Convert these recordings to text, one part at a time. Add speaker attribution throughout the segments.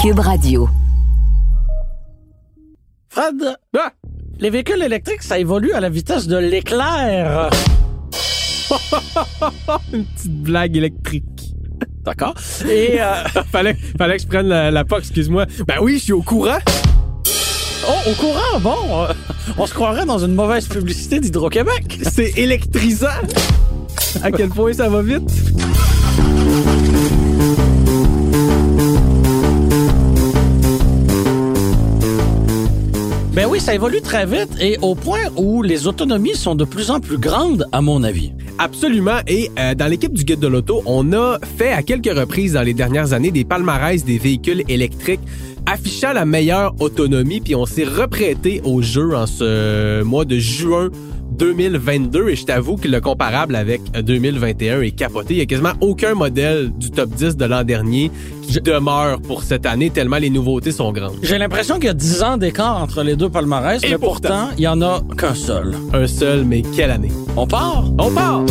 Speaker 1: Cube Radio.
Speaker 2: Fred,
Speaker 3: Ah!
Speaker 2: les véhicules électriques, ça évolue à la vitesse de l'éclair.
Speaker 3: Une petite blague électrique.
Speaker 2: D'accord. Et euh,
Speaker 3: Fallait, fallait que je prenne la, la POC, excuse-moi. Ben oui, je suis au courant.
Speaker 2: oh, au courant, bon, euh, on se croirait dans une mauvaise publicité d'Hydro-Québec.
Speaker 3: C'est électrisant. À quel point ça va vite.
Speaker 2: Ben oui, ça évolue très vite et au point où les autonomies sont de plus en plus grandes, à mon avis.
Speaker 3: Absolument. Et euh, dans l'équipe du Guide de l'Auto, on a fait à quelques reprises dans les dernières années des palmarès des véhicules électriques affichant la meilleure autonomie. Puis on s'est reprêté au jeu en ce mois de juin 2022. Et je t'avoue que le comparable avec 2021 est capoté. Il n'y a quasiment aucun modèle du top 10 de l'an dernier qui demeure pour cette année, tellement les nouveautés sont grandes.
Speaker 2: J'ai l'impression qu'il y a 10 ans d'écart entre les deux palmarès,
Speaker 3: Et
Speaker 2: mais
Speaker 3: pourtant.
Speaker 2: pourtant, il y en a qu'un seul.
Speaker 3: Un seul, mais quelle année.
Speaker 2: On part?
Speaker 3: On part!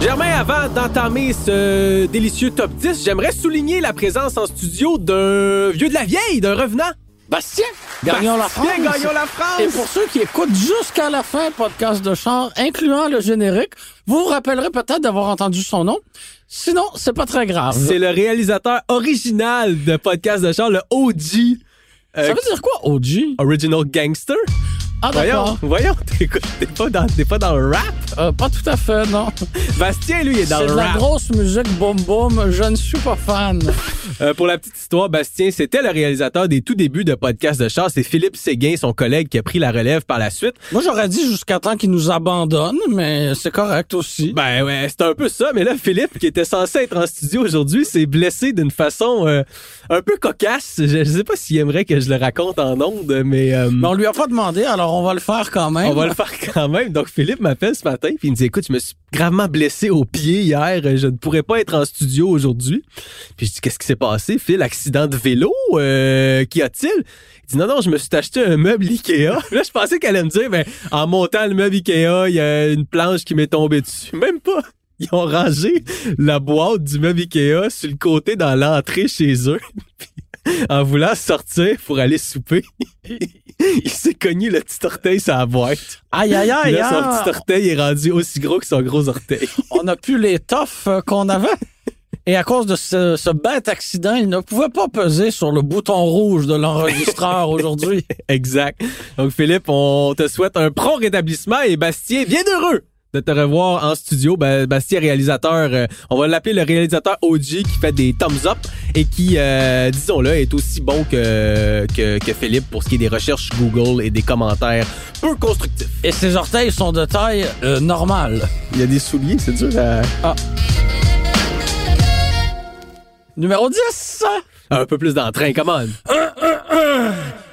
Speaker 3: Germain, avant d'entamer ce délicieux top 10, j'aimerais souligner la présence en studio d'un vieux de la vieille, d'un revenant.
Speaker 2: Bastien! Gagnons la France!
Speaker 3: Bastien Gagnon la France!
Speaker 2: Et pour ceux qui écoutent jusqu'à la fin podcast de char, incluant le générique, vous vous rappellerez peut-être d'avoir entendu son nom. Sinon, c'est pas très grave.
Speaker 3: C'est le réalisateur original de Podcast de Charles, le OG. euh,
Speaker 2: Ça veut dire quoi, OG?
Speaker 3: Original Gangster?
Speaker 2: Ah,
Speaker 3: Voyons,
Speaker 2: d'accord.
Speaker 3: voyons, t'écoutes- t'es pas, dans- t'es pas dans le rap.
Speaker 2: Euh, pas tout à fait, non.
Speaker 3: Bastien, lui, il est dans
Speaker 2: C'est
Speaker 3: le
Speaker 2: de
Speaker 3: rap.
Speaker 2: la grosse musique boom boom. Je ne suis pas fan.
Speaker 3: Euh, pour la petite histoire, Bastien, c'était le réalisateur des tout débuts de Podcast de chasse. C'est Philippe Séguin, son collègue, qui a pris la relève par la suite.
Speaker 2: Moi, j'aurais dit jusqu'à temps qu'il nous abandonne, mais c'est correct aussi.
Speaker 3: Ben ouais, c'est un peu ça. Mais là, Philippe, qui était censé être en studio aujourd'hui, s'est blessé d'une façon euh, un peu cocasse. Je, je sais pas s'il aimerait que je le raconte en ondes, mais... euh,
Speaker 2: Mais on lui a pas demandé, alors on va le faire quand même.
Speaker 3: On va le faire quand même. Donc, Philippe m'appelle ce matin puis il me dit Écoute, je me suis gravement blessé au pied hier. Je ne pourrais pas être en studio aujourd'hui. Puis je dis Qu'est-ce qui s'est passé, Phil Accident de vélo Euh, Qu'y a-t-il Il dit Non, non, je me suis acheté un meuble Ikea. là, je pensais qu'elle allait me dire ben, En montant le meuble Ikea, il y a une planche qui m'est tombée dessus. Même pas. Ils ont rangé la boîte du meuble Ikea sur le côté dans l'entrée chez eux. Puis, en voulant sortir pour aller souper, il s'est cogné le petit orteil sur la boîte.
Speaker 2: Aïe, aïe, aïe.
Speaker 3: Là,
Speaker 2: hein.
Speaker 3: son petit orteil est rendu aussi gros que son gros orteil.
Speaker 2: on a plus les toffes euh, qu'on avait. Et à cause de ce, ce bête accident, il ne pouvait pas peser sur le bouton rouge de l'enregistreur aujourd'hui.
Speaker 3: exact. Donc, Philippe, on te souhaite un prompt rétablissement et Bastien, bien heureux de te revoir en studio. Ba- Bastien, réalisateur, euh, on va l'appeler le réalisateur OG qui fait des thumbs up et qui, euh, disons-le, est aussi bon que, que, que Philippe pour ce qui est des recherches Google et des commentaires peu constructifs.
Speaker 2: Et ses orteils sont de taille euh, normale.
Speaker 3: Il y a des souliers, c'est dur à...
Speaker 2: Numéro 10!
Speaker 3: Un peu plus d'entrain, come on.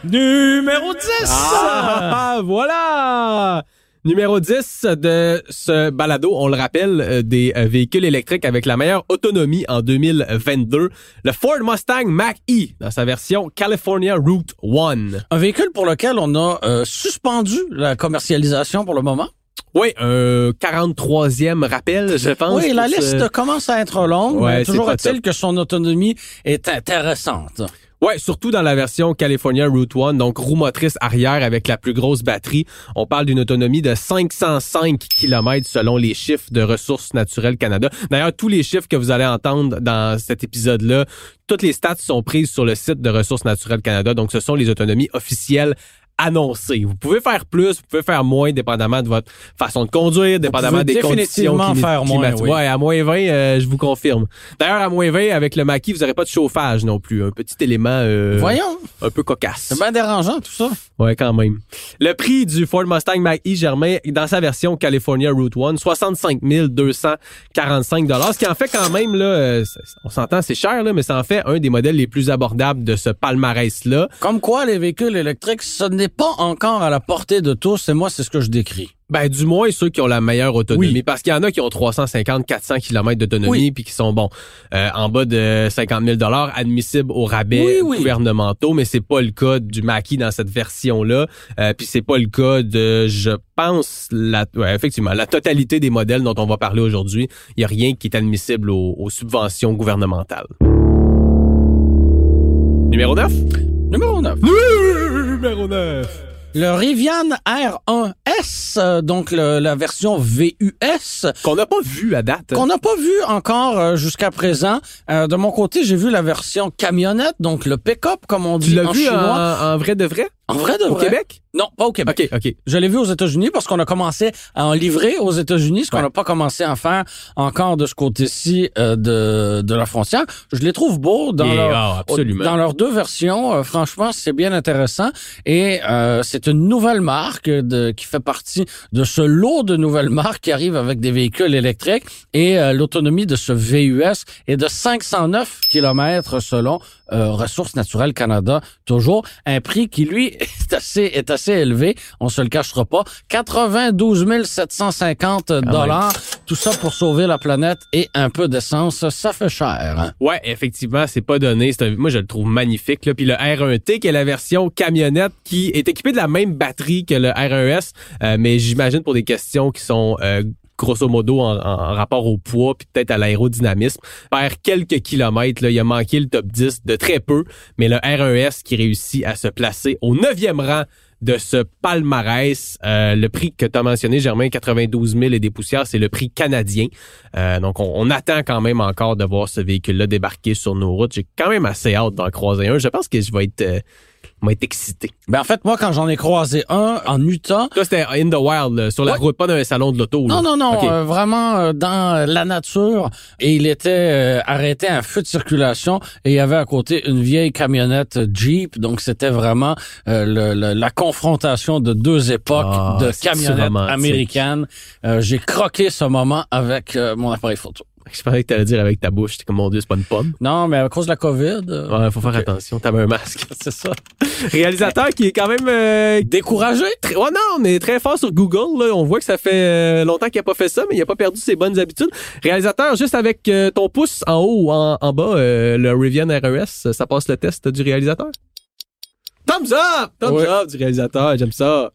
Speaker 2: Numéro 10!
Speaker 3: Ah, voilà! Numéro 10 de ce balado, on le rappelle, euh, des euh, véhicules électriques avec la meilleure autonomie en 2022, le Ford Mustang Mach-E dans sa version California Route 1.
Speaker 2: Un véhicule pour lequel on a euh, suspendu la commercialisation pour le moment.
Speaker 3: Oui, un 43e rappel, je pense.
Speaker 2: Oui, la
Speaker 3: Ah, pour ce-
Speaker 2: liste commence à être longue,
Speaker 3: Ouais,
Speaker 2: mais
Speaker 3: c'est
Speaker 2: toujours
Speaker 3: pas Euh.
Speaker 2: est-il que son autonomie est intéressante.
Speaker 3: Ouais, surtout dans la version California Route 1, donc roue motrice arrière avec la plus grosse batterie. On parle d'une autonomie de 505 km selon les chiffres de Ressources naturelles Canada. D'ailleurs, tous les chiffres que vous allez entendre dans cet épisode-là, toutes les stats sont prises sur le site de Ressources naturelles Canada. Donc, ce sont les autonomies officielles annoncées. Vous pouvez faire plus, vous pouvez faire moins, dépendamment de votre façon de conduire, dépendamment des conditions
Speaker 2: définitivement
Speaker 3: climat-
Speaker 2: faire moins,
Speaker 3: climatiques.
Speaker 2: oui.
Speaker 3: Ouais, à moins 20, euh, je vous confirme. D'ailleurs, à moins 20, avec le maquis, vous n'aurez pas de chauffage non plus. Un petit élément euh,
Speaker 2: Voyons,
Speaker 3: un peu cocasse.
Speaker 2: c'est bien dérangeant tout ça.
Speaker 3: Ouais, quand même. Le prix du Ford Mustang Mach-E Germain dans sa version California Route 1, 65 245 dollars, ce qui en fait quand même là, euh, c'est- on s'entend, c'est cher là, mais ça en fait un des modèles les plus abordables de ce palmarès là.
Speaker 2: Comme quoi, les véhicules électriques, ce n'est pas encore à la portée de tous, et moi, c'est ce que je décris.
Speaker 3: Ben, du moins, ceux qui ont la meilleure autonomie.
Speaker 2: Oui.
Speaker 3: Parce qu'il y en a qui ont 350, 400 km d'autonomie
Speaker 2: Oui.
Speaker 3: puis qui sont, bon, euh, en bas de 50 000 admissibles aux
Speaker 2: Oui,
Speaker 3: rabais
Speaker 2: oui.
Speaker 3: gouvernementaux, mais c'est pas le cas du maquis dans cette version-là. Euh, puis c'est pas le cas de, je pense, la, ouais, effectivement, la totalité des modèles dont on va parler aujourd'hui. Il y a rien qui est admissible aux, aux subventions gouvernementales. Numéro 9?
Speaker 2: Numéro 9.
Speaker 3: Numéro 9.
Speaker 2: Le Rivian R1S, euh, donc le- la version VUS,
Speaker 3: Qu'on n'a pas vu à date.
Speaker 2: qu'on n'a pas vu encore euh, jusqu'à présent. Euh, de mon côté, j'ai vu la version camionnette, donc le pick-up, comme on
Speaker 3: Tu
Speaker 2: dit
Speaker 3: l'as
Speaker 2: en
Speaker 3: vu en,
Speaker 2: chinois.
Speaker 3: en vrai de vrai?
Speaker 2: En vrai de
Speaker 3: Au
Speaker 2: vrai.
Speaker 3: Québec?
Speaker 2: Non, pas au Québec.
Speaker 3: OK, OK.
Speaker 2: Je l'ai vu aux États-Unis parce qu'on a commencé à en livrer aux États-Unis, ce qu'on
Speaker 3: Ouais.
Speaker 2: n'a pas commencé à faire encore de ce côté-ci euh, de, de la frontière. Je les trouve beaux dans
Speaker 3: Et-
Speaker 2: leur...
Speaker 3: ah, absolument.
Speaker 2: Dans leurs deux versions, euh, franchement, c'est bien intéressant et euh, c'est une nouvelle marque de, qui fait partie de ce lot de nouvelles marques qui arrivent avec des véhicules électriques et euh, l'autonomie de ce VUS est de 509 km selon euh, Ressources naturelles Canada, toujours un prix qui lui est assez est assez élevé, on se le cachera pas, 92 750 dollars, tout ça pour sauver la planète et un peu d'essence, ça fait cher. hein.
Speaker 3: Ouais, effectivement, c'est pas donné. C'est un- Moi, je le trouve magnifique. Là. Puis le R1T, qui est la version camionnette, qui est équipée de la même batterie que le R1S, euh, mais j'imagine pour des questions qui sont euh, grosso modo en, en- en rapport au poids, puis peut-être à l'aérodynamisme, perd quelques kilomètres. Là, il a manqué le top 10 de très peu, mais le R1S qui réussit à se placer au neuvième rang de ce palmarès. Euh, le prix que tu as mentionné, Germain, 92 000 et des poussières, c'est le prix canadien. Euh, donc, on, on attend quand même encore de voir ce véhicule-là débarquer sur nos routes. J'ai quand même assez hâte d'en croiser un. Je pense que je vais être, euh, je vais être excité.
Speaker 2: Ben en fait, moi, quand j'en ai croisé un en Utah,
Speaker 3: Là, c'était in the wild, là, sur la
Speaker 2: Ouais.
Speaker 3: route, pas dans un salon de l'auto. là.
Speaker 2: non, non, non,
Speaker 3: OK.
Speaker 2: euh, vraiment euh, dans euh, la nature, et il était euh, arrêté à un feu de circulation, et il y avait à côté une vieille camionnette Jeep, donc c'était vraiment euh, le- le- la confrontation de deux époques
Speaker 3: Ah,
Speaker 2: de
Speaker 3: c'est-tu
Speaker 2: camionnettes
Speaker 3: romantique.
Speaker 2: américaines. Euh, J'ai croqué ce moment avec euh, mon appareil photo.
Speaker 3: Je pensais que t'allais dire avec ta bouche. J'étais comme, mon Dieu, c'est pas une pomme.
Speaker 2: Non, mais à cause de la COVID, euh,
Speaker 3: Ouais, faut faire attention. T'avais un masque.
Speaker 2: c'est ça.
Speaker 3: Réalisateur qui est quand même... euh,
Speaker 2: Découragé.
Speaker 3: Très- ouais, non, mais très fort sur Google. là. On voit que ça fait euh, longtemps qu'il n'a pas fait ça, mais il n'a pas perdu ses bonnes habitudes. Réalisateur, juste avec euh, ton pouce en haut ou en, en bas, euh, le Rivian RES, ça passe le test du réalisateur? Thumbs up! Thumbs
Speaker 2: Ouais.
Speaker 3: up du réalisateur, j'aime ça.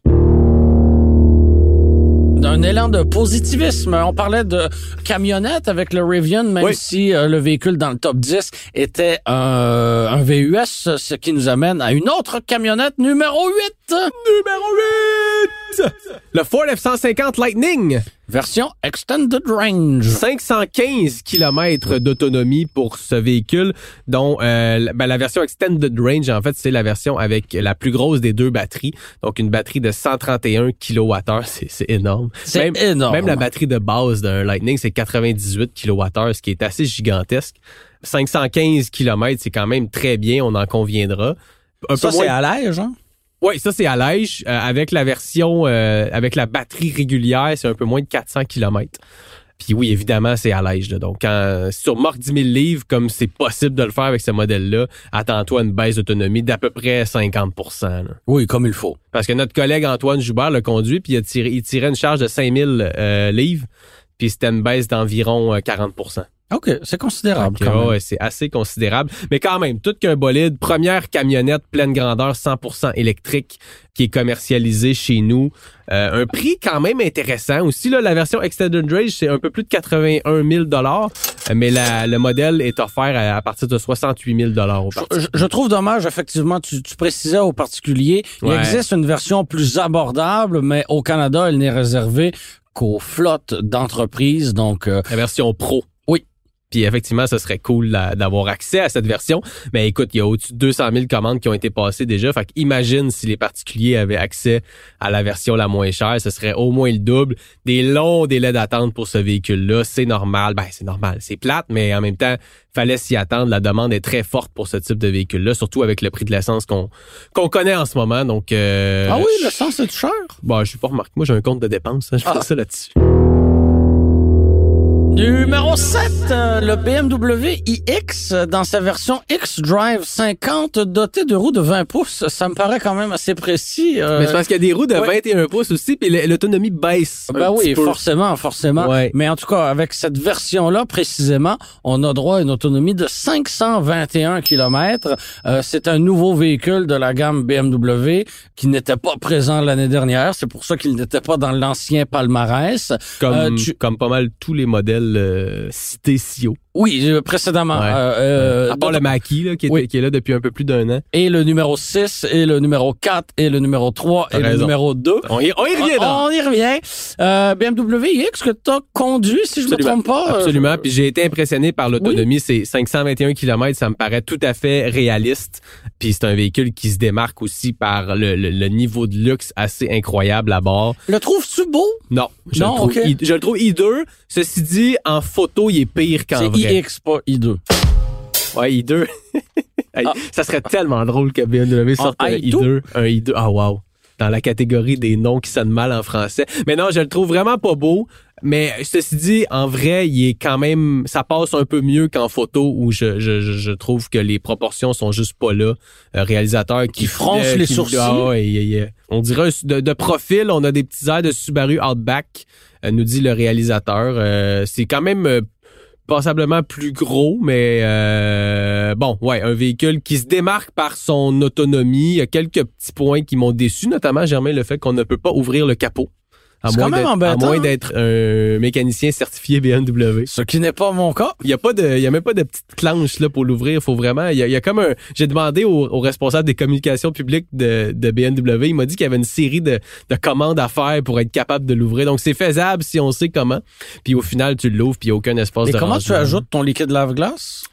Speaker 2: d'un élan de positivisme. On parlait de camionnette avec le Rivian, même
Speaker 3: Oui.
Speaker 2: si euh, le véhicule dans le top 10 était euh, un VUS, ce qui nous amène à une autre camionnette numéro 8,
Speaker 3: Numéro 8! Le Ford F-150 Lightning,
Speaker 2: version Extended Range.
Speaker 3: 515 km d'autonomie pour ce véhicule, dont euh, la- ben, la version Extended Range, en fait, c'est la version avec la plus grosse des deux batteries. Donc, une batterie de 131 kWh, c'est c'est énorme.
Speaker 2: C'est
Speaker 3: Même-
Speaker 2: énorme.
Speaker 3: Même la batterie de base d'un Lightning, c'est 98 kWh, ce qui est assez gigantesque. 515 km, c'est quand même très bien, on en conviendra. Un
Speaker 2: ça,
Speaker 3: peu
Speaker 2: c'est
Speaker 3: moins-
Speaker 2: à l'aise, hein?
Speaker 3: oui, ça c'est à l'âge. Euh, avec la version, euh, avec la batterie régulière, c'est un peu moins de 400 km. Puis oui, évidemment, c'est à l'âge. là. Donc, quand, sur mort 10 000 livres, comme c'est possible de le faire avec ce modèle-là, attends-toi à une baisse d'autonomie d'à peu près 50 là.
Speaker 2: Oui, comme il faut.
Speaker 3: Parce que notre collègue Antoine Joubert le conduit, puis il, a tiré- il tirait une charge de 5 000 euh, livres, puis c'était une baisse d'environ euh, 40
Speaker 2: OK, c'est considérable
Speaker 3: Ok,
Speaker 2: quand même.
Speaker 3: ouais, c'est assez considérable. Mais quand même, tout qu'un bolide, première camionnette pleine grandeur, 100% électrique, qui est commercialisée chez nous. Euh, un prix quand même intéressant. Aussi, là, la version Extended Range, c'est un peu plus de 81 000 euh, mais la- le modèle est offert à, à partir de 68 000 au parti.
Speaker 2: Je, je trouve dommage, effectivement, tu, tu précisais aux particuliers, il
Speaker 3: Ouais.
Speaker 2: existe une version plus abordable, mais au Canada, elle n'est réservée qu'aux flottes d'entreprises, donc... euh,
Speaker 3: la version pro.
Speaker 2: Oui.
Speaker 3: Puis effectivement, ce serait cool d'a- d'avoir accès à cette version. Mais écoute, il y a au-dessus de 200 000 commandes qui ont été passées déjà. Fait imagine si les particuliers avaient accès à la version la moins chère, ce serait au moins le double. Des longs délais d'attente pour ce véhicule-là, c'est normal. Ben, c'est normal. C'est plate, mais en même temps, fallait s'y attendre. La demande est très forte pour ce type de véhicule-là, surtout avec le prix de l'essence qu'on qu'on connaît en ce moment. Donc, euh, bah,
Speaker 2: Ah oui, le sens, c'est cher.
Speaker 3: Bon, je suis pas remarqué. Moi, j'ai un compte de dépenses. hein. Je
Speaker 2: Ah.
Speaker 3: pense ça là-dessus.
Speaker 2: Numéro 7, euh, le BMW iX euh, dans sa version X-Drive 50 dotée de roues de 20 pouces. Ça me paraît quand même assez précis. euh,
Speaker 3: Mais c'est parce qu'il y a des roues de
Speaker 2: ouais.
Speaker 3: 21 pouces aussi, puis l- l'autonomie baisse.
Speaker 2: ben
Speaker 3: un
Speaker 2: oui,
Speaker 3: petit peu.
Speaker 2: forcément, forcément.
Speaker 3: Ouais.
Speaker 2: Mais en tout cas, avec cette version-là, précisément, on a droit à une autonomie de 521 km. Euh, c'est un nouveau véhicule de la gamme BMW qui n'était pas présent l'année dernière. C'est pour ça qu'il n'était pas dans l'ancien palmarès.
Speaker 3: Comme,
Speaker 2: Euh, tu-
Speaker 3: comme pas mal tous les modèles euh, cités si haut.
Speaker 2: Oui, euh, précédemment.
Speaker 3: Ouais.
Speaker 2: euh, euh,
Speaker 3: à part le Maquis, là, qui, est-
Speaker 2: Oui.
Speaker 3: qui est là depuis un peu plus d'un an.
Speaker 2: et le numéro 6 et le numéro 4 et le numéro 3
Speaker 3: T'as
Speaker 2: et le
Speaker 3: raison.
Speaker 2: numéro 2.
Speaker 3: On y, on y revient, là.
Speaker 2: On y revient. Euh, BMW X que t'as conduit, si je me
Speaker 3: Absolument.
Speaker 2: trompe pas. euh,
Speaker 3: Absolument. Puis j'ai été impressionné par l'autonomie. C'est 521 km, ça me paraît tout à fait réaliste. Puis c'est un véhicule qui se démarque aussi par le, le- le niveau de luxe assez incroyable à bord.
Speaker 2: Le trouves-tu beau?
Speaker 3: Non, je,
Speaker 2: Non,
Speaker 3: le, trouve
Speaker 2: ok.
Speaker 3: I- je le trouve I2. Ceci dit, en photo, il est pire
Speaker 2: C'est
Speaker 3: qu'en vrai.
Speaker 2: iX, pas i2.
Speaker 3: Ouais, I2. Hey,
Speaker 2: Ah.
Speaker 3: Ça serait tellement drôle que BMW sorte
Speaker 2: Ah,
Speaker 3: un
Speaker 2: I2?
Speaker 3: I2. Un I2. Ah, wow. Dans la catégorie des noms qui sonnent mal en français. Mais non, je le trouve vraiment pas beau. Mais ceci dit, en vrai, il est quand même, ça passe un peu mieux qu'en photo où je, je, je- je trouve que les proportions sont juste pas là. Euh, réalisateur qui
Speaker 2: Il fronce
Speaker 3: euh,
Speaker 2: les
Speaker 3: qui-
Speaker 2: sourcils.
Speaker 3: Ah ouais, il- il- on dirait un- de, de profil, on a des petits airs de Subaru Outback, euh, nous dit le réalisateur. Euh, c'est quand même euh, passablement plus gros, mais euh, bon, ouais, un véhicule qui se démarque par son autonomie. Il y a quelques petits points qui m'ont déçu, notamment, Germain, le fait qu'on ne peut pas ouvrir le capot. À
Speaker 2: C'est
Speaker 3: moins
Speaker 2: quand même
Speaker 3: d'être- à
Speaker 2: embêtant. hein?
Speaker 3: moins d'être un mécanicien certifié BMW.
Speaker 2: Ce qui n'est pas mon cas.
Speaker 3: Il y a pas de, il y a même pas de petite clenche là pour l'ouvrir. Faut vraiment, il y a, il y a comme un. J'ai demandé au, au responsable des communications publiques de, de BMW. Il m'a dit qu'il y avait une série de, de commandes à faire pour être capable de l'ouvrir. Donc c'est faisable si on sait comment. Puis au final, tu l'ouvres puis il y a aucun espace
Speaker 2: Et
Speaker 3: de.
Speaker 2: comment tu
Speaker 3: rangement.
Speaker 2: ajoutes ton liquide lave-glace?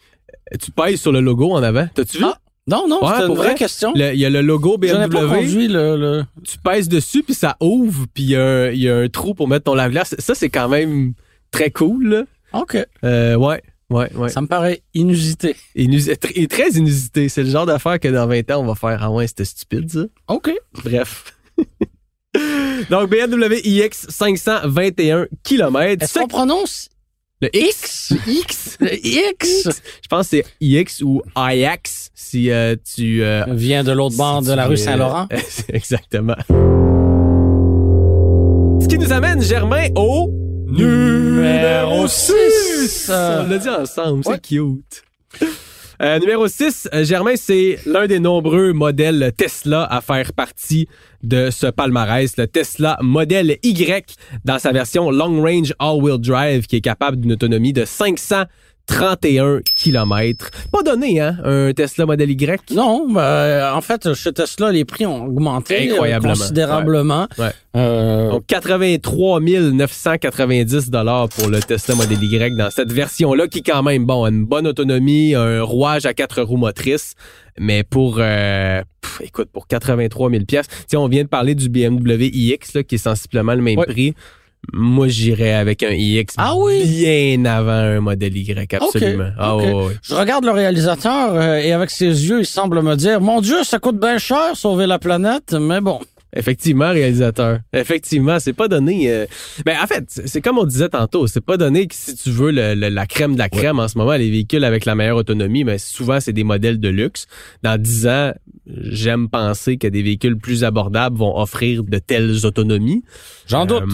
Speaker 3: Tu pèses sur le logo en avant. T'as-tu vu
Speaker 2: Ah, Non, non,
Speaker 3: Ouais,
Speaker 2: c'est une
Speaker 3: pour
Speaker 2: vraie
Speaker 3: vrai,
Speaker 2: question.
Speaker 3: Le- Il y a le logo
Speaker 2: Je n'ai pas
Speaker 3: BMW.
Speaker 2: conduit le... le-
Speaker 3: Tu pèses dessus puis ça ouvre puis il y a un, il y a un trou pour mettre ton lave-glace. Ça c'est quand même très cool. là.
Speaker 2: OK,
Speaker 3: Euh, ouais. Ouais, ouais.
Speaker 2: ça me paraît inusité.
Speaker 3: Inus- tr- Et très inusité. C'est le genre d'affaire que dans 20 ans, on va faire Ah ouais, c'était stupide, ça.
Speaker 2: OK.
Speaker 3: Bref. Donc, BMW iX 521 km.
Speaker 2: Est-ce qu'on prononce
Speaker 3: Le
Speaker 2: X?
Speaker 3: X.
Speaker 2: Le X
Speaker 3: Je pense que c'est IX ou IX si euh, tu. euh,
Speaker 2: vient de l'autre bord de la
Speaker 3: si
Speaker 2: rue
Speaker 3: tu, euh,
Speaker 2: Saint-Laurent.
Speaker 3: Exactement. Ce qui nous amène, Germain, au
Speaker 2: Numéro six.
Speaker 3: six. On l'a dit ensemble,
Speaker 2: Ouais.
Speaker 3: c'est cute. Euh, numéro 6, Germain, c'est l'un des nombreux modèles Tesla à faire partie de ce palmarès, le Tesla Model Y dans sa version Long Range All-Wheel Drive qui est capable d'une autonomie de 531 km. Pas donné, hein, un Tesla Model Y.
Speaker 2: Non, ben, en fait, chez Tesla, les prix ont augmenté euh,
Speaker 3: Incroyablement.
Speaker 2: considérablement.
Speaker 3: Ouais. Ouais.
Speaker 2: Euh,
Speaker 3: Donc 83 990 dollars pour le Tesla Model Y dans cette version là qui quand même bon a une bonne autonomie, un rouage à quatre roues motrices, mais pour euh, pff, écoute pour 83 000 pièces, on vient de parler du BMW iX là, qui est sensiblement le même
Speaker 2: Ouais.
Speaker 3: prix. Moi j'irais avec un iX
Speaker 2: Ah oui?
Speaker 3: bien avant un modèle Y absolument. Ah
Speaker 2: ok.
Speaker 3: ouais, ouais, ouais.
Speaker 2: Je regarde le réalisateur euh, et avec ses yeux, il semble me dire Mon Dieu, ça coûte bien cher sauver la planète, mais bon.
Speaker 3: Effectivement, réalisateur. Effectivement, c'est pas donné. euh, Ben, en fait, c'est c'est comme on disait tantôt, c'est pas donné que si tu veux le- le- la crème de la crème en ce moment, les véhicules avec la meilleure autonomie, mais souvent c'est des modèles de luxe. Dans 10 ans, j'aime penser que des véhicules plus abordables vont offrir de telles autonomies.
Speaker 2: J'en doute.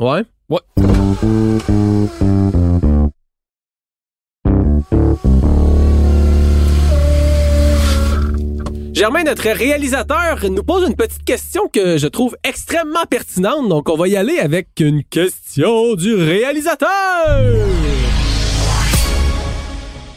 Speaker 3: Euh, ouais.
Speaker 2: Ouais.
Speaker 3: Germain, notre réalisateur, nous pose une petite question que je trouve extrêmement pertinente. Donc, on va y aller avec une question du réalisateur.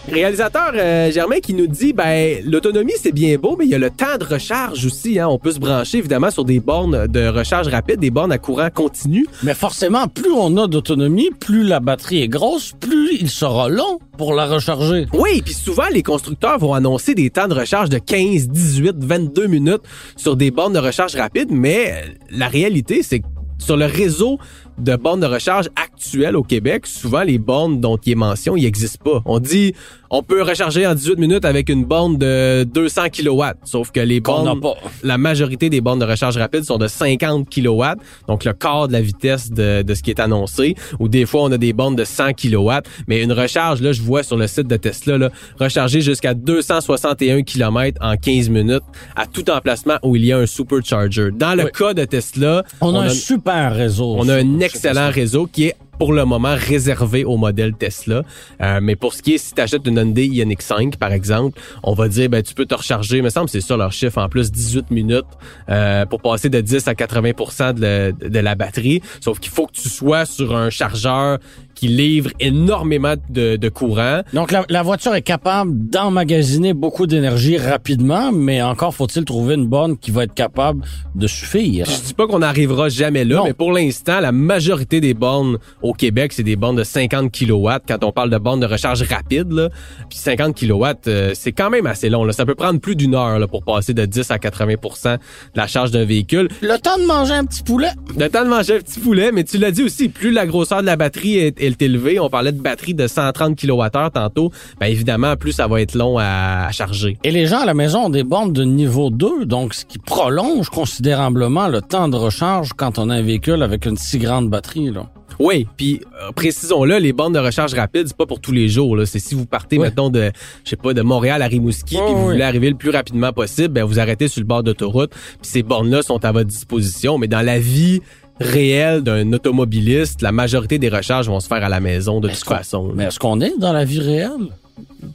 Speaker 3: Réalisateur euh, Germain qui nous dit ben l'autonomie c'est bien beau mais il y a le temps de recharge aussi hein. on peut se brancher évidemment sur des bornes de recharge rapide des bornes à courant continu
Speaker 2: Mais forcément, plus on a d'autonomie, plus la batterie est grosse, plus il sera long pour la recharger.
Speaker 3: Oui, puis souvent, les constructeurs vont annoncer des temps de recharge de 15, 18, 22 minutes sur des bornes de recharge rapide, mais la réalité, c'est que sur le réseau de bornes de recharge actuelles au Québec, souvent les bornes dont il est mention, ils n'existent pas. On dit on peut recharger en 18 minutes avec une borne de 200 kW, sauf que les
Speaker 2: Qu'on n'a
Speaker 3: bornes,
Speaker 2: pas.
Speaker 3: la majorité des bornes de recharge rapide sont de 50 kW, donc le quart de la vitesse de, de ce qui est annoncé, ou des fois on a des bornes de 100 kW, mais une recharge, là je vois sur le site de Tesla, là, recharger jusqu'à 261 km en 15 minutes à tout emplacement où il y a un supercharger. Dans le
Speaker 2: Oui.
Speaker 3: cas de Tesla,
Speaker 2: On, a
Speaker 3: on
Speaker 2: un
Speaker 3: a-
Speaker 2: super réseau.
Speaker 3: on a un
Speaker 2: sur-
Speaker 3: excellent réseau qui est pour le moment réservé au modèle Tesla. Euh, mais pour ce qui est, si tu achètes une Hyundai Ioniq 5, par exemple, on va dire, ben, tu peux te recharger, il me semble, c'est ça leur chiffre, en plus 18 minutes euh, pour passer de 10 à 80 de, la- de la batterie. Sauf qu'il faut que tu sois sur un chargeur qui livre énormément de, de courant.
Speaker 2: Donc, la, la voiture est capable d'emmagasiner beaucoup d'énergie rapidement, mais encore faut-il trouver une borne qui va être capable de suffire.
Speaker 3: Je dis pas qu'on n'arrivera jamais là,
Speaker 2: Non.
Speaker 3: mais pour l'instant, la majorité des bornes au Québec, c'est des bornes de 50 kW. Quand on parle de bornes de recharge rapide, là, puis 50 kW, euh, c'est quand même assez long. Là. Ça peut prendre plus d'une heure là, pour passer de 10 à 80 de la charge d'un véhicule.
Speaker 2: Le temps de manger un petit poulet.
Speaker 3: Le temps de manger un petit poulet, mais tu l'as dit aussi, plus la grosseur de la batterie est, est élevée, on parlait de batterie de 130 kWh tantôt, ben évidemment, plus ça va être long à- à charger.
Speaker 2: Et les gens à la maison ont des bornes de niveau 2, donc ce qui prolonge considérablement le temps de recharge quand on a un véhicule avec une si grande batterie. Là.
Speaker 3: Oui, puis euh, précisons-le, les bornes de recharge rapide, c'est pas pour tous les jours. là. C'est si vous partez,
Speaker 2: Ouais.
Speaker 3: mettons, de je sais pas, de Montréal à Rimouski,
Speaker 2: Ouais,
Speaker 3: puis vous
Speaker 2: ouais.
Speaker 3: voulez arriver le plus rapidement possible, ben vous arrêtez sur le bord d'autoroute, puis ces bornes-là sont à votre disposition. Mais dans la vie réelle d'un automobiliste, la majorité des recharges vont se faire à la maison de
Speaker 2: Est-ce
Speaker 3: toute
Speaker 2: qu'on-
Speaker 3: façon.
Speaker 2: Mais est-ce qu'on est dans la vie réelle?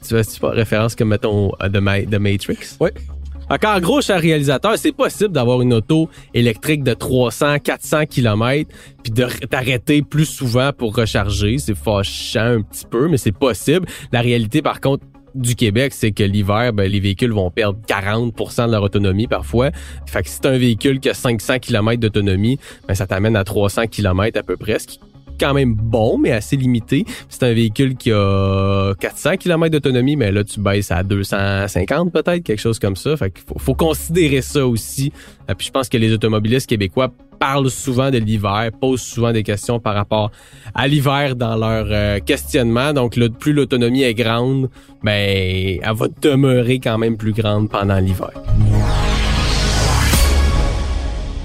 Speaker 3: Tu vois, c'est pas référence comme, mettons, à The, Ma- The Matrix.
Speaker 2: Oui.
Speaker 3: Encore gros, cher réalisateur, c'est possible d'avoir une auto électrique de 300, 400 km puis de r- t'arrêter plus souvent pour recharger. C'est fâchant un petit peu, mais c'est possible. La réalité, par contre, du Québec, c'est que l'hiver, ben, les véhicules vont perdre 40 de leur autonomie parfois. Fait que si t'as un véhicule qui a 500 km d'autonomie, ben, ça t'amène à 300 km à peu près, ce qui est quand même bon, mais assez limité. C'est un véhicule qui a 400 km d'autonomie, mais là, tu baisses à 250 peut-être, quelque chose comme ça. Fait qu'il faut, faut considérer ça aussi. Euh, Puis je pense que les automobilistes québécois parlent souvent de l'hiver, posent souvent des questions par rapport à l'hiver dans leur euh, questionnement. Donc, le, plus l'autonomie est grande, ben, elle va demeurer quand même plus grande pendant l'hiver.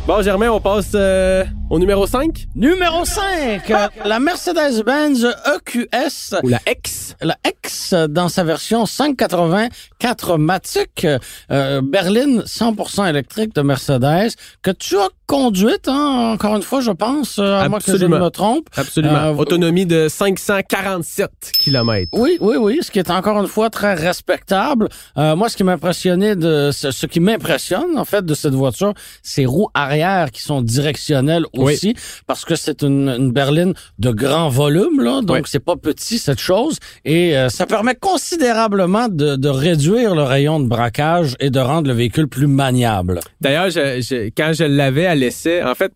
Speaker 3: Bon, Germain, on passe euh, au numéro 5
Speaker 2: Numéro 5, la Mercedes-Benz E EQS,
Speaker 3: ou la X.
Speaker 2: la X euh, dans sa version 584 Matic, euh, berline 100% électrique de Mercedes, que tu as conduite, hein, encore une fois, je pense, euh, à moins que je ne
Speaker 3: Absolument.
Speaker 2: me trompe.
Speaker 3: Absolument.
Speaker 2: Euh,
Speaker 3: Autonomie de 547 km.
Speaker 2: Oui, oui, oui, ce qui est encore une fois très respectable. Euh, moi, ce qui m'impressionnait de ce, ce qui m'impressionne en fait de cette voiture, ces roues arrière qui sont directionnelles
Speaker 3: Oui.
Speaker 2: aussi, parce que c'est une, une berline de grand volume là, donc
Speaker 3: Oui.
Speaker 2: c'est pas petit cette chose, et euh, ça permet considérablement de, de réduire le rayon de braquage et de rendre le véhicule plus maniable.
Speaker 3: D'ailleurs, je- je- quand je l'avais à l'essai, en fait,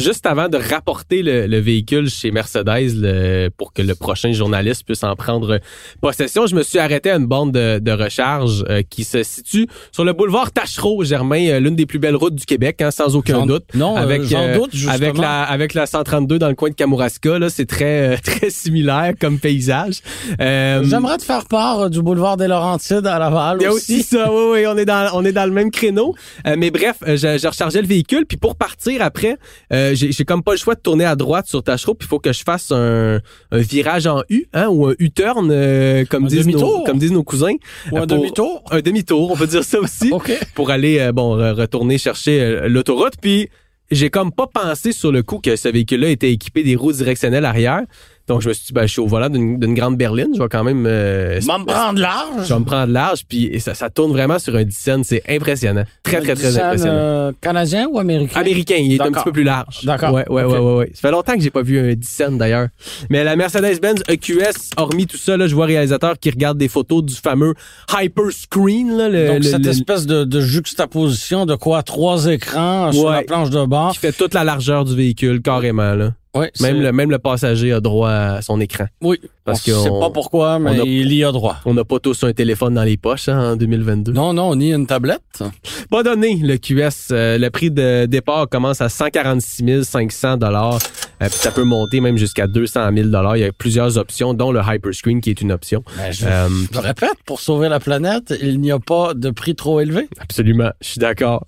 Speaker 3: juste avant de rapporter le, le véhicule chez Mercedes le- pour que le prochain journaliste puisse en prendre possession, je me suis arrêté à une bande de, de recharge euh, qui se situe sur le boulevard Tachereau, Germain, euh, l'une des plus belles routes du Québec, hein, sans aucun
Speaker 2: J'en-
Speaker 3: doute.
Speaker 2: Non, euh, j'en
Speaker 3: euh,
Speaker 2: doute justement.
Speaker 3: avec la avec la 132 dans le coin de Kamouraska, là, c'est très euh, très similaire comme paysage. Euh,
Speaker 2: J'aimerais te faire part euh, du boulevard des Laurentides à Laval
Speaker 3: il y a
Speaker 2: aussi.
Speaker 3: aussi ça, oui, oui, on est dans, on est dans le même créneau. Euh, mais bref, euh, je, je rechargeais le véhicule, puis pour partir après, euh, j'ai j'ai comme pas le choix de tourner à droite sur Tachereau, puis il faut que je fasse un, un virage en U, hein, ou un U-turn, euh, comme,
Speaker 2: Un
Speaker 3: disent nos,
Speaker 2: demi-tour.
Speaker 3: comme disent nos cousins. Euh,
Speaker 2: Ou un
Speaker 3: Pour-
Speaker 2: demi-tour. Oh.
Speaker 3: Un demi-tour, on peut dire ça aussi
Speaker 2: Ok.
Speaker 3: pour aller euh, bon re- retourner chercher euh, l'autoroute puis j'ai comme pas pensé sur le coup que ce véhicule-là était équipé des roues directionnelles arrière. Donc je me suis dit ben, je suis au volant d'une d'une grande berline, je vais quand même euh,
Speaker 2: Va me prendre large.
Speaker 3: je vais me prendre large puis et ça, ça tourne vraiment sur un Dyson, c'est impressionnant, très très très
Speaker 2: Nissan,
Speaker 3: impressionnant.
Speaker 2: euh, canadien ou américain?
Speaker 3: Américain, il est un
Speaker 2: D'accord.
Speaker 3: petit peu plus large.
Speaker 2: D'accord.
Speaker 3: Ouais, ouais,
Speaker 2: Ok.
Speaker 3: ouais, ouais, ouais. Ça fait longtemps que j'ai pas vu un Dyson d'ailleurs. Mais la Mercedes-Benz EQS, hormis tout ça, là, je vois réalisateur qui regarde des photos du fameux Hyper Screen, là, le,
Speaker 2: Donc,
Speaker 3: le-
Speaker 2: cette
Speaker 3: le-
Speaker 2: espèce de, de juxtaposition de quoi? Trois écrans sur
Speaker 3: Ouais.
Speaker 2: la planche de bord.
Speaker 3: qui fait toute la largeur du véhicule, carrément. Là.
Speaker 2: Ouais, c'est-
Speaker 3: Même, le, même le passager a droit à son écran.
Speaker 2: Oui,
Speaker 3: parce
Speaker 2: on
Speaker 3: que
Speaker 2: sait
Speaker 3: on-
Speaker 2: pas pourquoi, mais
Speaker 3: on a-
Speaker 2: il y a droit.
Speaker 3: On n'a pas tous un téléphone dans les poches hein, en 2022.
Speaker 2: Non, non, ni une tablette.
Speaker 3: Pas donné, le QS. euh, le prix de départ commence à 146 500 dollars Euh, puis ça peut monter même jusqu'à 200 000 Il y a plusieurs options, dont le Hyperscreen qui est une option.
Speaker 2: Ben, je,
Speaker 3: Euh,
Speaker 2: je le répète, pour sauver la planète, il n'y a pas de prix trop élevé.
Speaker 3: Absolument, je suis d'accord.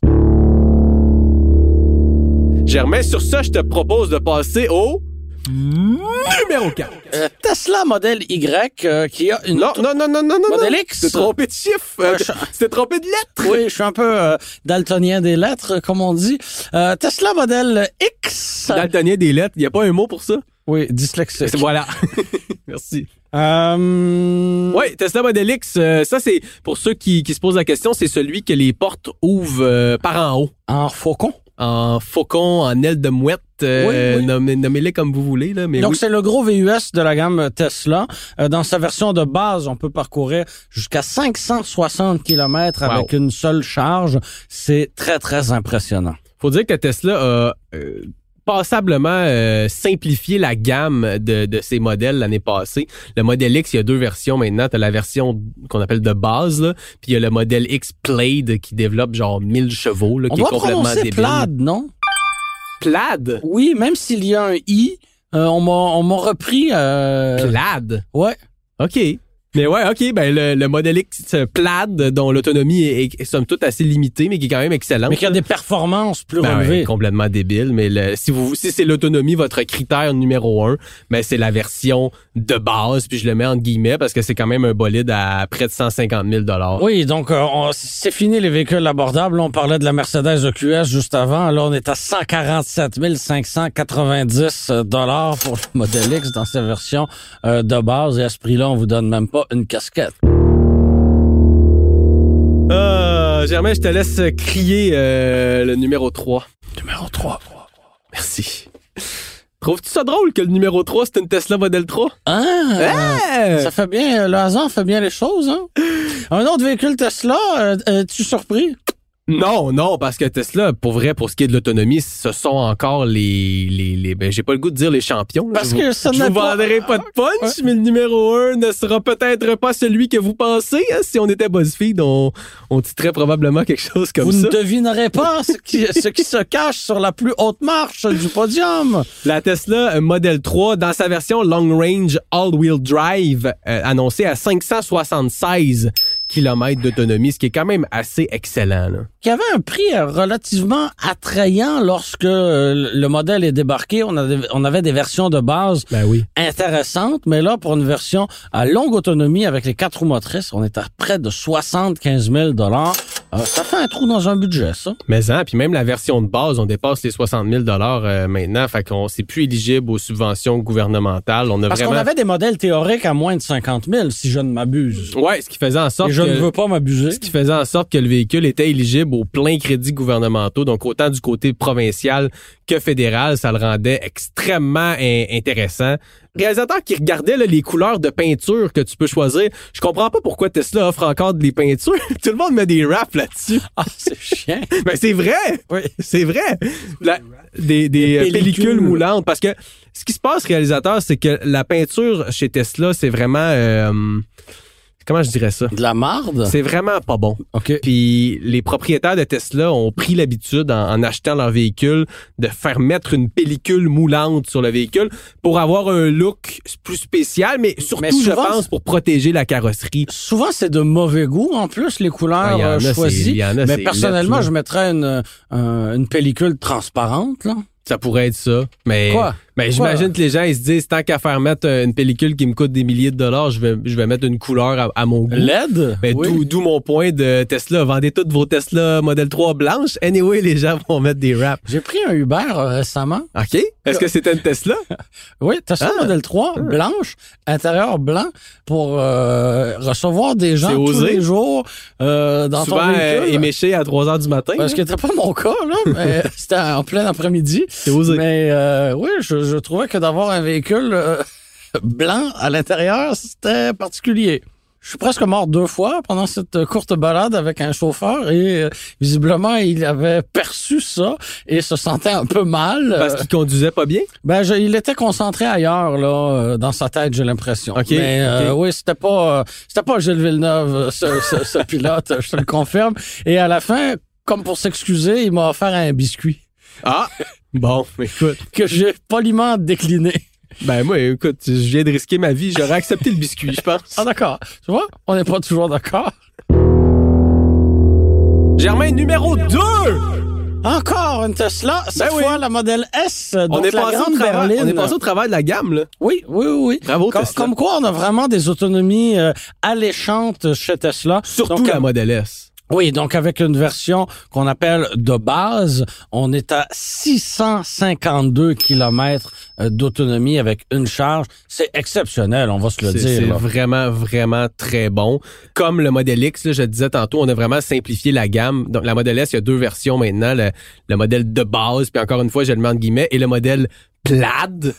Speaker 3: Germain, sur ça, je te propose de passer au numéro 4.
Speaker 2: Euh, Tesla modèle Y euh, qui a une
Speaker 3: Non, non, non, non, non, non.
Speaker 2: Modèle
Speaker 3: non.
Speaker 2: X.
Speaker 3: T'es trompé de chiffre.
Speaker 2: Euh,
Speaker 3: Euh,
Speaker 2: je-
Speaker 3: T'es trompé de lettre.
Speaker 2: Oui, je suis un peu euh, daltonien des lettres, comme on dit. Euh, Tesla modèle X.
Speaker 3: Daltonien des lettres, il n'y a pas un mot pour ça.
Speaker 2: Oui, dyslexique.
Speaker 3: Voilà. Merci.
Speaker 2: Euh,
Speaker 3: Oui, Tesla Model X, euh, ça c'est pour ceux qui, qui se posent la question, c'est celui que les portes ouvrent euh, par en haut.
Speaker 2: En faucon.
Speaker 3: En faucon, en aile de mouette, euh,
Speaker 2: Oui, oui.
Speaker 3: nommez- nommez-les comme vous voulez. Là, mais
Speaker 2: Donc
Speaker 3: oui.
Speaker 2: c'est le gros VUS de la gamme Tesla. Euh, dans sa version de base, on peut parcourir jusqu'à 560 km avec une seule charge. C'est très très impressionnant.
Speaker 3: faut dire que Tesla a euh, passablement euh, simplifié la gamme de, de ses modèles l'année passée. Le modèle X, il y a deux versions maintenant. Tu la version qu'on appelle de base, là, puis il y a le modèle X Plaid qui développe genre 1000 chevaux, là,
Speaker 2: On
Speaker 3: qui est
Speaker 2: doit
Speaker 3: complètement
Speaker 2: prononcer
Speaker 3: débile.
Speaker 2: Plaid, non
Speaker 3: Plaid?
Speaker 2: Oui, même s'il y a un i, euh, on m'a on m'a repris. euh,
Speaker 3: Plaid?
Speaker 2: ouais.
Speaker 3: OK. Mais ouais, OK, ben le, le modèle X Plaid, dont l'autonomie est, est- est somme toute assez limitée, mais qui est quand même excellente.
Speaker 2: Mais qu'il y a des performances plus
Speaker 3: Ben ouais,
Speaker 2: relevées.
Speaker 3: complètement débile, mais le- si vous si c'est l'autonomie votre critère numéro un, mais c'est la version de base, puis je le mets entre guillemets parce que c'est quand même un bolide à près de 150 000 dollars.
Speaker 2: Oui, donc euh, on- c'est fini les véhicules abordables. On parlait de la Mercedes EQS juste avant. Là, on est à 147 590 euh, dollars pour le modèle X dans sa version euh, de base. Et à ce prix-là, on vous donne même pas une casquette.
Speaker 3: Euh, Germain, je te laisse crier euh, le numéro 3.
Speaker 2: Numéro 3.
Speaker 3: Merci. Trouves-tu ça drôle que le numéro 3, c'est une Tesla Model 3?
Speaker 2: Ah,
Speaker 3: Hey!
Speaker 2: Ça fait bien, le hasard fait bien les choses. Hein? Un autre véhicule Tesla, euh, euh, es-tu surpris?
Speaker 3: Non, non, parce que Tesla, pour vrai, pour ce qui est de l'autonomie, ce sont encore les, les, les ben, j'ai pas le goût de dire les champions. là.
Speaker 2: Parce
Speaker 3: Je
Speaker 2: que
Speaker 3: vous-
Speaker 2: ça
Speaker 3: je
Speaker 2: n'a
Speaker 3: vous
Speaker 2: pas-
Speaker 3: vendrai pas de punch, mais le numéro 1 ne sera peut-être pas celui que vous pensez. hein. Si on était BuzzFeed, on, on titrait probablement quelque chose comme
Speaker 2: Vous
Speaker 3: ça.
Speaker 2: ne devinerez pas ce qui, ce qui se cache sur la plus haute marche du podium.
Speaker 3: La Tesla euh, Model 3, dans sa version Long Range All-Wheel Drive, euh, annoncée à 576 km d'autonomie, ce qui est quand même assez excellent. là.
Speaker 2: qui avait un prix euh, relativement attrayant lorsque euh, le modèle est débarqué. On avait, on avait des versions de base
Speaker 3: Ben oui.
Speaker 2: intéressantes, mais là, pour une version à longue autonomie avec les quatre roues motrices, on est à près de 75 000 Euh, Ça fait un trou dans un budget, ça.
Speaker 3: Mais hein, puis même la version de base, on dépasse les 60 000 dollars euh, maintenant, fait qu'on c'est plus éligible aux subventions gouvernementales. On a
Speaker 2: Parce qu'on
Speaker 3: vraiment.
Speaker 2: avait des modèles théoriques à moins de 50 000, si je ne m'abuse.
Speaker 3: Ouais, ce qui faisait en sorte
Speaker 2: Et je
Speaker 3: que
Speaker 2: ne veux pas m'abuser.
Speaker 3: ce qui faisait en sorte que le véhicule était éligible aux pleins crédits gouvernementaux, donc autant du côté provincial que fédéral, ça le rendait extrêmement in- intéressant. Réalisateur qui regardait là, les couleurs de peinture que tu peux choisir, je comprends pas pourquoi Tesla offre encore des peintures. Tout le monde met des wraps là-dessus.
Speaker 2: Ah, c'est chiant.
Speaker 3: Ben c'est vrai,
Speaker 2: Oui.
Speaker 3: c'est vrai. La- des des, euh,
Speaker 2: pellicules.
Speaker 3: pellicules. moulantes, parce que ce qui se passe, réalisateur, c'est que la peinture chez Tesla, c'est vraiment, euh, comment je dirais ça,
Speaker 2: De la marde.
Speaker 3: c'est vraiment pas bon.
Speaker 2: OK.
Speaker 3: Puis les propriétaires de Tesla ont pris l'habitude, en, en achetant leur véhicule, de faire mettre une pellicule moulante sur le véhicule pour avoir un look plus spécial, mais surtout,
Speaker 2: Mais souvent,
Speaker 3: je pense, pour protéger la carrosserie.
Speaker 2: Souvent, c'est de mauvais goût, en plus, les couleurs
Speaker 3: Il y en
Speaker 2: euh,
Speaker 3: a, c'est-
Speaker 2: choisies.
Speaker 3: il y en a,
Speaker 2: Mais
Speaker 3: c'est
Speaker 2: personnellement,
Speaker 3: laid,
Speaker 2: je
Speaker 3: là.
Speaker 2: mettrais une, euh, une pellicule transparente. Là.
Speaker 3: ça pourrait être ça. Mais
Speaker 2: Quoi?
Speaker 3: Mais
Speaker 2: Quoi?
Speaker 3: j'imagine que les gens ils se disent tant qu'à faire mettre euh, une pellicule qui me coûte des milliers de dollars, je vais je vais mettre une couleur à, à mon goût.
Speaker 2: LED?
Speaker 3: Ben,
Speaker 2: Oui.
Speaker 3: d'où- D'où mon point de Tesla. Vendez toutes vos Tesla Model 3 blanches. Anyway, les gens vont mettre des wraps.
Speaker 2: J'ai pris un Uber euh, récemment.
Speaker 3: OK? Est-ce que c'était une Tesla?
Speaker 2: Oui, Tesla
Speaker 3: Ah.
Speaker 2: Model 3, blanche, intérieur blanc, pour euh, recevoir des gens
Speaker 3: C'est
Speaker 2: tous
Speaker 3: osé.
Speaker 2: les jours euh, dans
Speaker 3: Souvent
Speaker 2: ton véhicule.
Speaker 3: euh, éméchée à 3 heures du matin. hein?
Speaker 2: Parce
Speaker 3: là.
Speaker 2: que c'était pas mon cas, là, mais c'était en plein après-midi.
Speaker 3: C'est osé.
Speaker 2: Mais euh, oui, je, je trouvais que d'avoir un véhicule euh, blanc à l'intérieur, c'était particulier. Je suis presque mort deux fois pendant cette courte balade avec un chauffeur et euh, visiblement il avait perçu ça et se sentait un peu mal.
Speaker 3: Parce
Speaker 2: Euh,
Speaker 3: qu'il conduisait pas bien.
Speaker 2: ben je- il était concentré ailleurs là euh, dans sa tête j'ai l'impression.
Speaker 3: Ok,
Speaker 2: Mais euh,
Speaker 3: ok.
Speaker 2: oui c'était pas euh, c'était pas Gilles Villeneuve euh, ce, ce- ce pilote je te le confirme. Et à la fin comme pour s'excuser il m'a offert un biscuit.
Speaker 3: Ah, bon, écoute.
Speaker 2: que j'ai poliment décliné.
Speaker 3: Ben moi, écoute, je viens de risquer ma vie. J'aurais accepté le biscuit, je pense.
Speaker 2: Ah, d'accord. Tu vois, on n'est pas toujours d'accord.
Speaker 3: Germain numéro 2!
Speaker 2: Encore une Tesla, cette
Speaker 3: Ben oui.
Speaker 2: fois la modèle S, donc
Speaker 3: On est,
Speaker 2: la
Speaker 3: passé au
Speaker 2: grande
Speaker 3: travers,
Speaker 2: berline.
Speaker 3: on est passé au travers de la gamme, là.
Speaker 2: Oui, oui, oui, oui.
Speaker 3: Bravo,
Speaker 2: comme,
Speaker 3: Tesla.
Speaker 2: comme quoi, on a vraiment des autonomies euh, alléchantes chez Tesla.
Speaker 3: Surtout
Speaker 2: Donc, euh,
Speaker 3: la Model S.
Speaker 2: Oui, donc avec une version qu'on appelle de base, on est à 652 km euh, d'autonomie avec une charge. C'est exceptionnel, on va se le
Speaker 3: C'est
Speaker 2: dire.
Speaker 3: c'est
Speaker 2: là.
Speaker 3: vraiment, vraiment très bon. Comme le Model X, là, je le disais tantôt, on a vraiment simplifié la gamme. Donc, la Model S, il y a deux versions maintenant. Le, le modèle de base, puis encore une fois, je le mets entre guillemets, et le modèle plaid.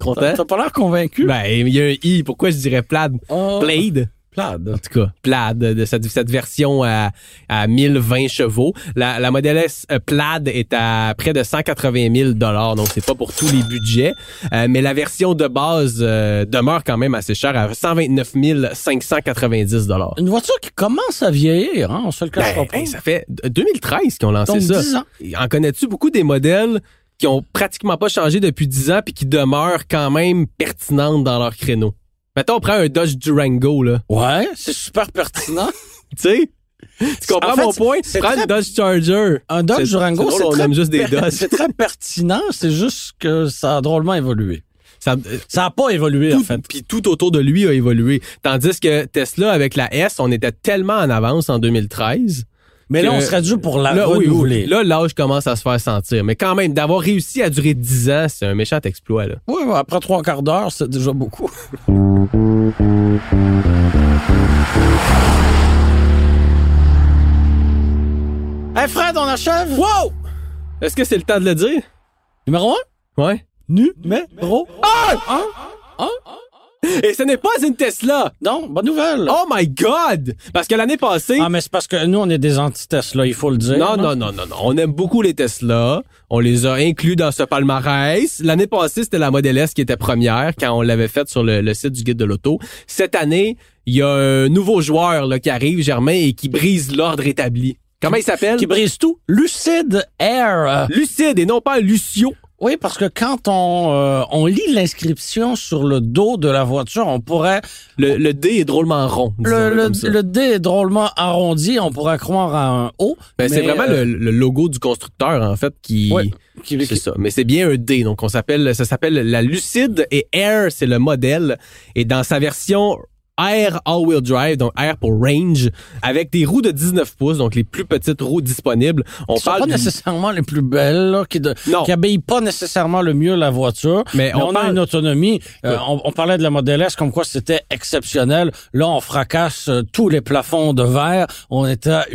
Speaker 3: Content?
Speaker 2: T'as pas l'air convaincu?
Speaker 3: hein? Ben, il y a un I. Pourquoi je dirais plaid?
Speaker 2: Oh,
Speaker 3: Plaid. En
Speaker 2: plade.
Speaker 3: tout cas, plaid de cette, cette version à, à 1020 chevaux. La, la Model S euh, plaid est à près de 180 000 dollars, donc c'est pas pour tous les budgets. Euh, mais la version de base euh, demeure quand même assez chère à 129 590 dollars.
Speaker 2: Une voiture qui commence à vieillir, hein, on se le cache
Speaker 3: Ben,
Speaker 2: pas.
Speaker 3: hey, ça fait 2013 qu'ils ont lancé
Speaker 2: donc
Speaker 3: ça.
Speaker 2: 10 ans.
Speaker 3: En connais-tu beaucoup des modèles qui ont pratiquement pas changé depuis 10 ans puis qui demeurent quand même pertinentes dans leur créneau? Mettons, on prend un Dodge Durango, là.
Speaker 2: Ouais, c'est super pertinent.
Speaker 3: Tu sais? Tu comprends
Speaker 2: En fait,
Speaker 3: mon point?
Speaker 2: c'est
Speaker 3: Prends
Speaker 2: très-
Speaker 3: le Dodge Charger.
Speaker 2: Un Dodge
Speaker 3: C'est-
Speaker 2: Durango,
Speaker 3: c'est
Speaker 2: c'est
Speaker 3: drôle, on
Speaker 2: très,
Speaker 3: aime juste des
Speaker 2: per-
Speaker 3: Dodge.
Speaker 2: c'est très pertinent, c'est juste que ça a drôlement évolué.
Speaker 3: Ça, euh,
Speaker 2: Ça n'a pas évolué, en
Speaker 3: tout,
Speaker 2: fait.
Speaker 3: Puis tout autour de lui a évolué. Tandis que Tesla, avec la S, on était tellement en avance en 2013.
Speaker 2: Mais là,
Speaker 3: que-
Speaker 2: on serait dû pour la
Speaker 3: là, oui, oui,
Speaker 2: renouveler.
Speaker 3: là, l'âge commence à se faire sentir. Mais quand même, d'avoir réussi à durer 10 ans, c'est un méchant exploit. Là.
Speaker 2: Oui, ouais, après trois quarts d'heure, c'est déjà beaucoup. hey Fred, on achève? Wow!
Speaker 3: Est-ce que c'est le temps de le dire?
Speaker 2: Numéro un?
Speaker 3: Ouais.
Speaker 2: Numéro un! Un? Un?
Speaker 3: Et ce n'est pas une Tesla!
Speaker 2: Non, bonne nouvelle!
Speaker 3: Oh my God! Parce que l'année passée...
Speaker 2: Ah, mais c'est parce que nous, on est des anti-Tesla, il faut le dire.
Speaker 3: Non,
Speaker 2: hein.
Speaker 3: non, non, non, non. On aime beaucoup les Tesla. On les a inclus dans ce palmarès. L'année passée, c'était la Model S qui était première quand on l'avait faite sur le, le site du guide de l'auto. Cette année, il y a un nouveau joueur là, qui arrive, Germain, et qui brise l'ordre établi. Comment il s'appelle?
Speaker 2: Qui brise tout? Lucid Air. euh,
Speaker 3: Lucide et non pas Lucio.
Speaker 2: Oui, parce que quand on, euh, on lit l'inscription sur le dos de la voiture, on pourrait
Speaker 3: Le, le dé est drôlement rond.
Speaker 2: le,
Speaker 3: disons-le
Speaker 2: le,
Speaker 3: comme ça.
Speaker 2: le dé est drôlement arrondi, on pourrait croire à un O.
Speaker 3: Ben, c'est
Speaker 2: mais,
Speaker 3: vraiment
Speaker 2: euh,
Speaker 3: le, le logo du constructeur, en fait, qui...
Speaker 2: Ouais. qui-
Speaker 3: C'est ça. Mais c'est bien un D. Donc, on s'appelle, ça s'appelle la Lucide et Air, c'est le modèle. Et dans sa version Air All-Wheel Drive, donc Air pour Range, avec des roues de 19 pouces, donc les plus petites roues disponibles. On
Speaker 2: qui sont
Speaker 3: parle
Speaker 2: pas
Speaker 3: d'une-
Speaker 2: nécessairement les plus belles, là, qui, de-
Speaker 3: Non.
Speaker 2: qui habillent pas nécessairement le mieux la voiture.
Speaker 3: Mais
Speaker 2: Mais
Speaker 3: on
Speaker 2: on, a
Speaker 3: parle-
Speaker 2: une autonomie. Euh,
Speaker 3: Ouais.
Speaker 2: on, on parlait de la Model S comme quoi c'était exceptionnel. Là, on fracasse euh, tous les plafonds de verre. On est à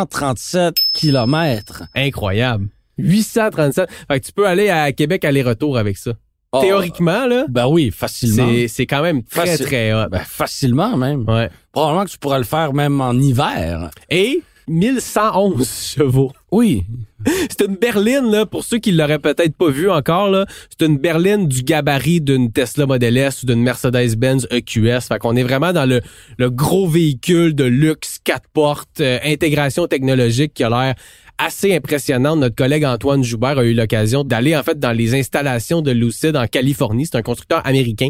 Speaker 2: 837 kilomètres.
Speaker 3: Incroyable. 837. Fait que tu peux aller à Québec aller-retour avec ça.
Speaker 2: Oh,
Speaker 3: Théoriquement, là,
Speaker 2: Ben oui, facilement.
Speaker 3: c'est, c'est quand même très,
Speaker 2: Facile.
Speaker 3: très hot.
Speaker 2: Ben, facilement même.
Speaker 3: Ouais.
Speaker 2: Probablement que tu pourrais le faire même en hiver.
Speaker 3: Et 1111 chevaux.
Speaker 2: Oui.
Speaker 3: C'est une berline, là, pour ceux qui l'auraient peut-être pas vu encore, là. C'est une berline du gabarit d'une Tesla Model S ou d'une Mercedes-Benz EQS. Fait qu'on est vraiment dans le, le gros véhicule de luxe, quatre portes, euh, intégration technologique qui a l'air assez impressionnante. Notre collègue Antoine Joubert a eu l'occasion d'aller, en fait, dans les installations de Lucid en Californie. C'est un constructeur américain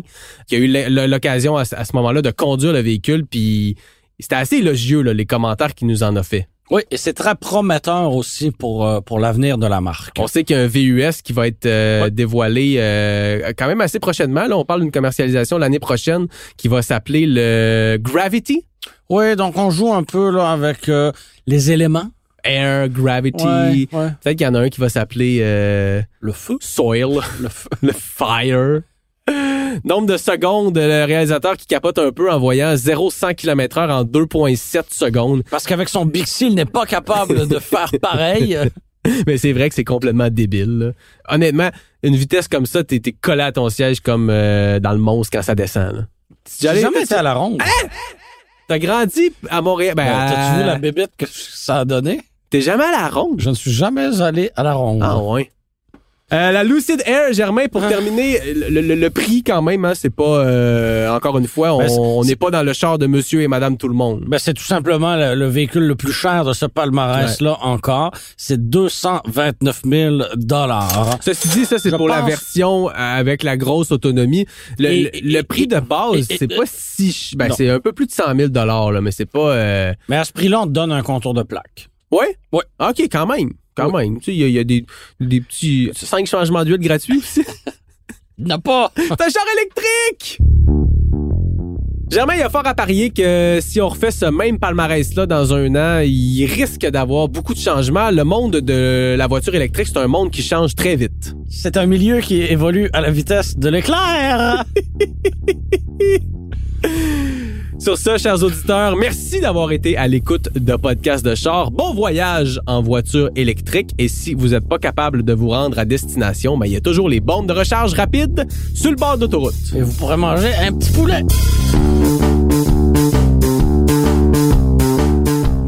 Speaker 3: qui a eu l'e- l'e- l'occasion à, ce- à ce moment-là de conduire le véhicule, puis c'était assez élogieux, là, les commentaires qu'il nous en a fait.
Speaker 2: Oui, et c'est très prometteur aussi pour, euh, pour l'avenir de la marque.
Speaker 3: On sait qu'il y a un VUS qui va être euh,
Speaker 2: Ouais.
Speaker 3: dévoilé euh, quand même assez prochainement. Là, on parle d'une commercialisation l'année prochaine qui va s'appeler le Gravity.
Speaker 2: Oui, donc on joue un peu là avec euh, les éléments.
Speaker 3: Air Gravity.
Speaker 2: Ouais, ouais.
Speaker 3: Peut-être qu'il y en a un qui va s'appeler euh,
Speaker 2: Le feu.
Speaker 3: Soil. Le, Fire. Nombre de secondes, le réalisateur qui capote un peu en voyant 0-100 km heure en 2,7 secondes.
Speaker 2: Parce qu'avec son Bixi, il n'est pas capable de faire pareil.
Speaker 3: Mais c'est vrai que c'est complètement débile. là. Honnêtement, une vitesse comme ça, t'es t'es collé à ton siège comme euh, dans le monstre quand ça descend. là.
Speaker 2: J'ai
Speaker 3: J'allais-
Speaker 2: jamais été à la ronde.
Speaker 3: T'as grandi à Montréal. Ben,
Speaker 2: Bon, T'as-tu vu
Speaker 3: à-
Speaker 2: la bébête que ça a donné?
Speaker 3: T'es jamais à la ronde.
Speaker 2: Je ne suis jamais allé à la ronde.
Speaker 3: Ah ouais. Euh, la Lucid Air, Germain, pour
Speaker 2: Ah.
Speaker 3: terminer, le, le- le prix quand même, hein, c'est pas euh, encore une fois,
Speaker 2: Ben, c'est-
Speaker 3: on n'est
Speaker 2: c'est-
Speaker 3: pas dans le char de Monsieur et Madame tout le monde.
Speaker 2: Ben, c'est tout simplement le, le véhicule le plus cher de ce palmarès-là encore. C'est 229 000 dollars.
Speaker 3: Ceci dit, ça c'est
Speaker 2: Je
Speaker 3: pour la
Speaker 2: pense-
Speaker 3: version euh, avec la grosse autonomie. Le,
Speaker 2: Et-
Speaker 3: le- le
Speaker 2: et-
Speaker 3: prix de base,
Speaker 2: et- et-
Speaker 3: c'est pas si, ch- ben
Speaker 2: Non.
Speaker 3: c'est un peu plus de 100 000 dollars là, mais c'est pas. euh,
Speaker 2: Mais à ce prix-là, on te donne un contour de plaque.
Speaker 3: Ouais.
Speaker 2: Ouais.
Speaker 3: Ok, quand même, quand même. Tu sais, il y a, il y a des, des petits cinq changements d'huile gratuits. aussi.
Speaker 2: N'a pas.
Speaker 3: C'est un char électrique! Germain, il y a fort à parier que si on refait ce même palmarès-là dans un an, il risque d'avoir beaucoup de changements. Le monde de la voiture électrique, c'est un monde qui change très vite.
Speaker 2: C'est un milieu qui évolue à la vitesse de l'éclair.
Speaker 3: Sur ce, chers auditeurs, merci d'avoir été à l'écoute de Podcast de Char. Bon voyage en voiture électrique. Et si vous n'êtes pas capable de vous rendre à destination, ben, il y a toujours les bombes de recharge rapide sur le bord d'autoroute.
Speaker 2: Et vous pourrez manger un petit poulet.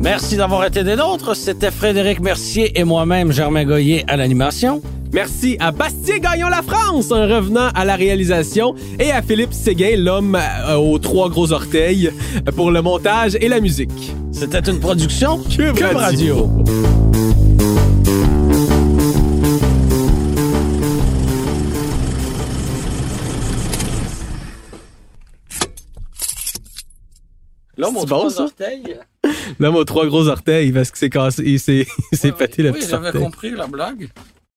Speaker 2: Merci d'avoir été des nôtres. C'était Frédéric Mercier et moi-même, Germain Goyer, à l'animation.
Speaker 3: Merci à Bastien Gagnon La France, un revenant à la réalisation, et à Philippe Séguin, l'homme euh, aux trois gros orteils, pour le montage et la musique.
Speaker 2: C'était une production Cube
Speaker 3: Radio.
Speaker 2: Radio.
Speaker 3: Là,
Speaker 2: C'est bon, ça? Oui,
Speaker 3: L'homme aux trois gros orteils, parce que c'est cassé, il s'est il s'est pété le
Speaker 2: oui,
Speaker 3: petit
Speaker 2: j'avais
Speaker 3: orteil.
Speaker 2: compris la blague.